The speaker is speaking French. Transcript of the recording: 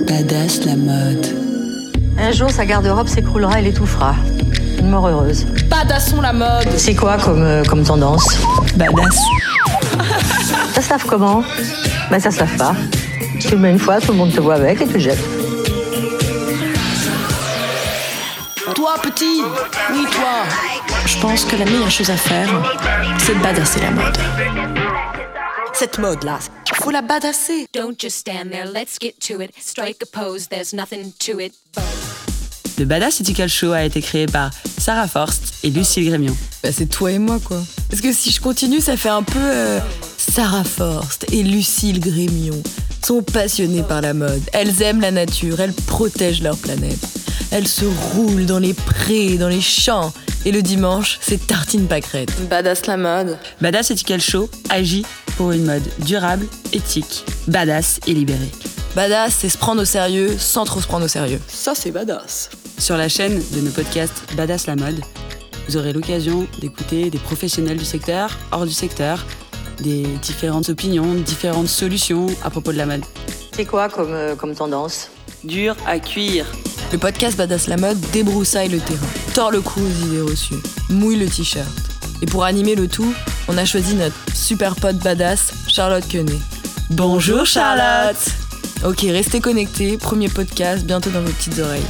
dépasse la mode. Un jour, sa garde-robe s'écroulera et l'étouffera. Une mort heureuse. Badassons la mode C'est quoi comme, euh, comme tendance Badass. Ça se lave comment Ben, ça se lave pas. Tu le mets une fois, tout le monde te voit avec et tu jettes. Toi, petit Oui, toi Je pense que la meilleure chose à faire, c'est de badasser la mode. Cette mode-là, faut la badasser Don't just stand there, let's get to it. Strike a pose, there's nothing to it. Le Badass Ethical Show a été créé par Sarah Forst et Lucille Grémion. Bah, c'est toi et moi, quoi. Parce que si je continue, ça fait un peu euh, Sarah Forst et Lucille Grémion sont passionnées par la mode. Elles aiment la nature, elles protègent leur planète. Elles se roulent dans les prés, dans les champs. Et le dimanche, c'est tartine pâquerette. Badass la mode Badass Ethical Show agit pour une mode durable, éthique, badass et libérée. Badass, c'est se prendre au sérieux sans trop se prendre au sérieux. Ça, c'est badass Sur la chaîne de nos podcasts Badass la mode, vous aurez l'occasion d'écouter des professionnels du secteur, hors du secteur, des différentes opinions, différentes solutions à propos de la mode. C'est quoi comme, euh, comme tendance Dur à cuire. Le podcast Badass la mode débroussaille le terrain, tord le cou aux idées reçues, mouille le t-shirt. Et pour animer le tout, on a choisi notre super pote badass, Charlotte Quenet. Bonjour Charlotte Ok, restez connectés, premier podcast bientôt dans vos petites oreilles.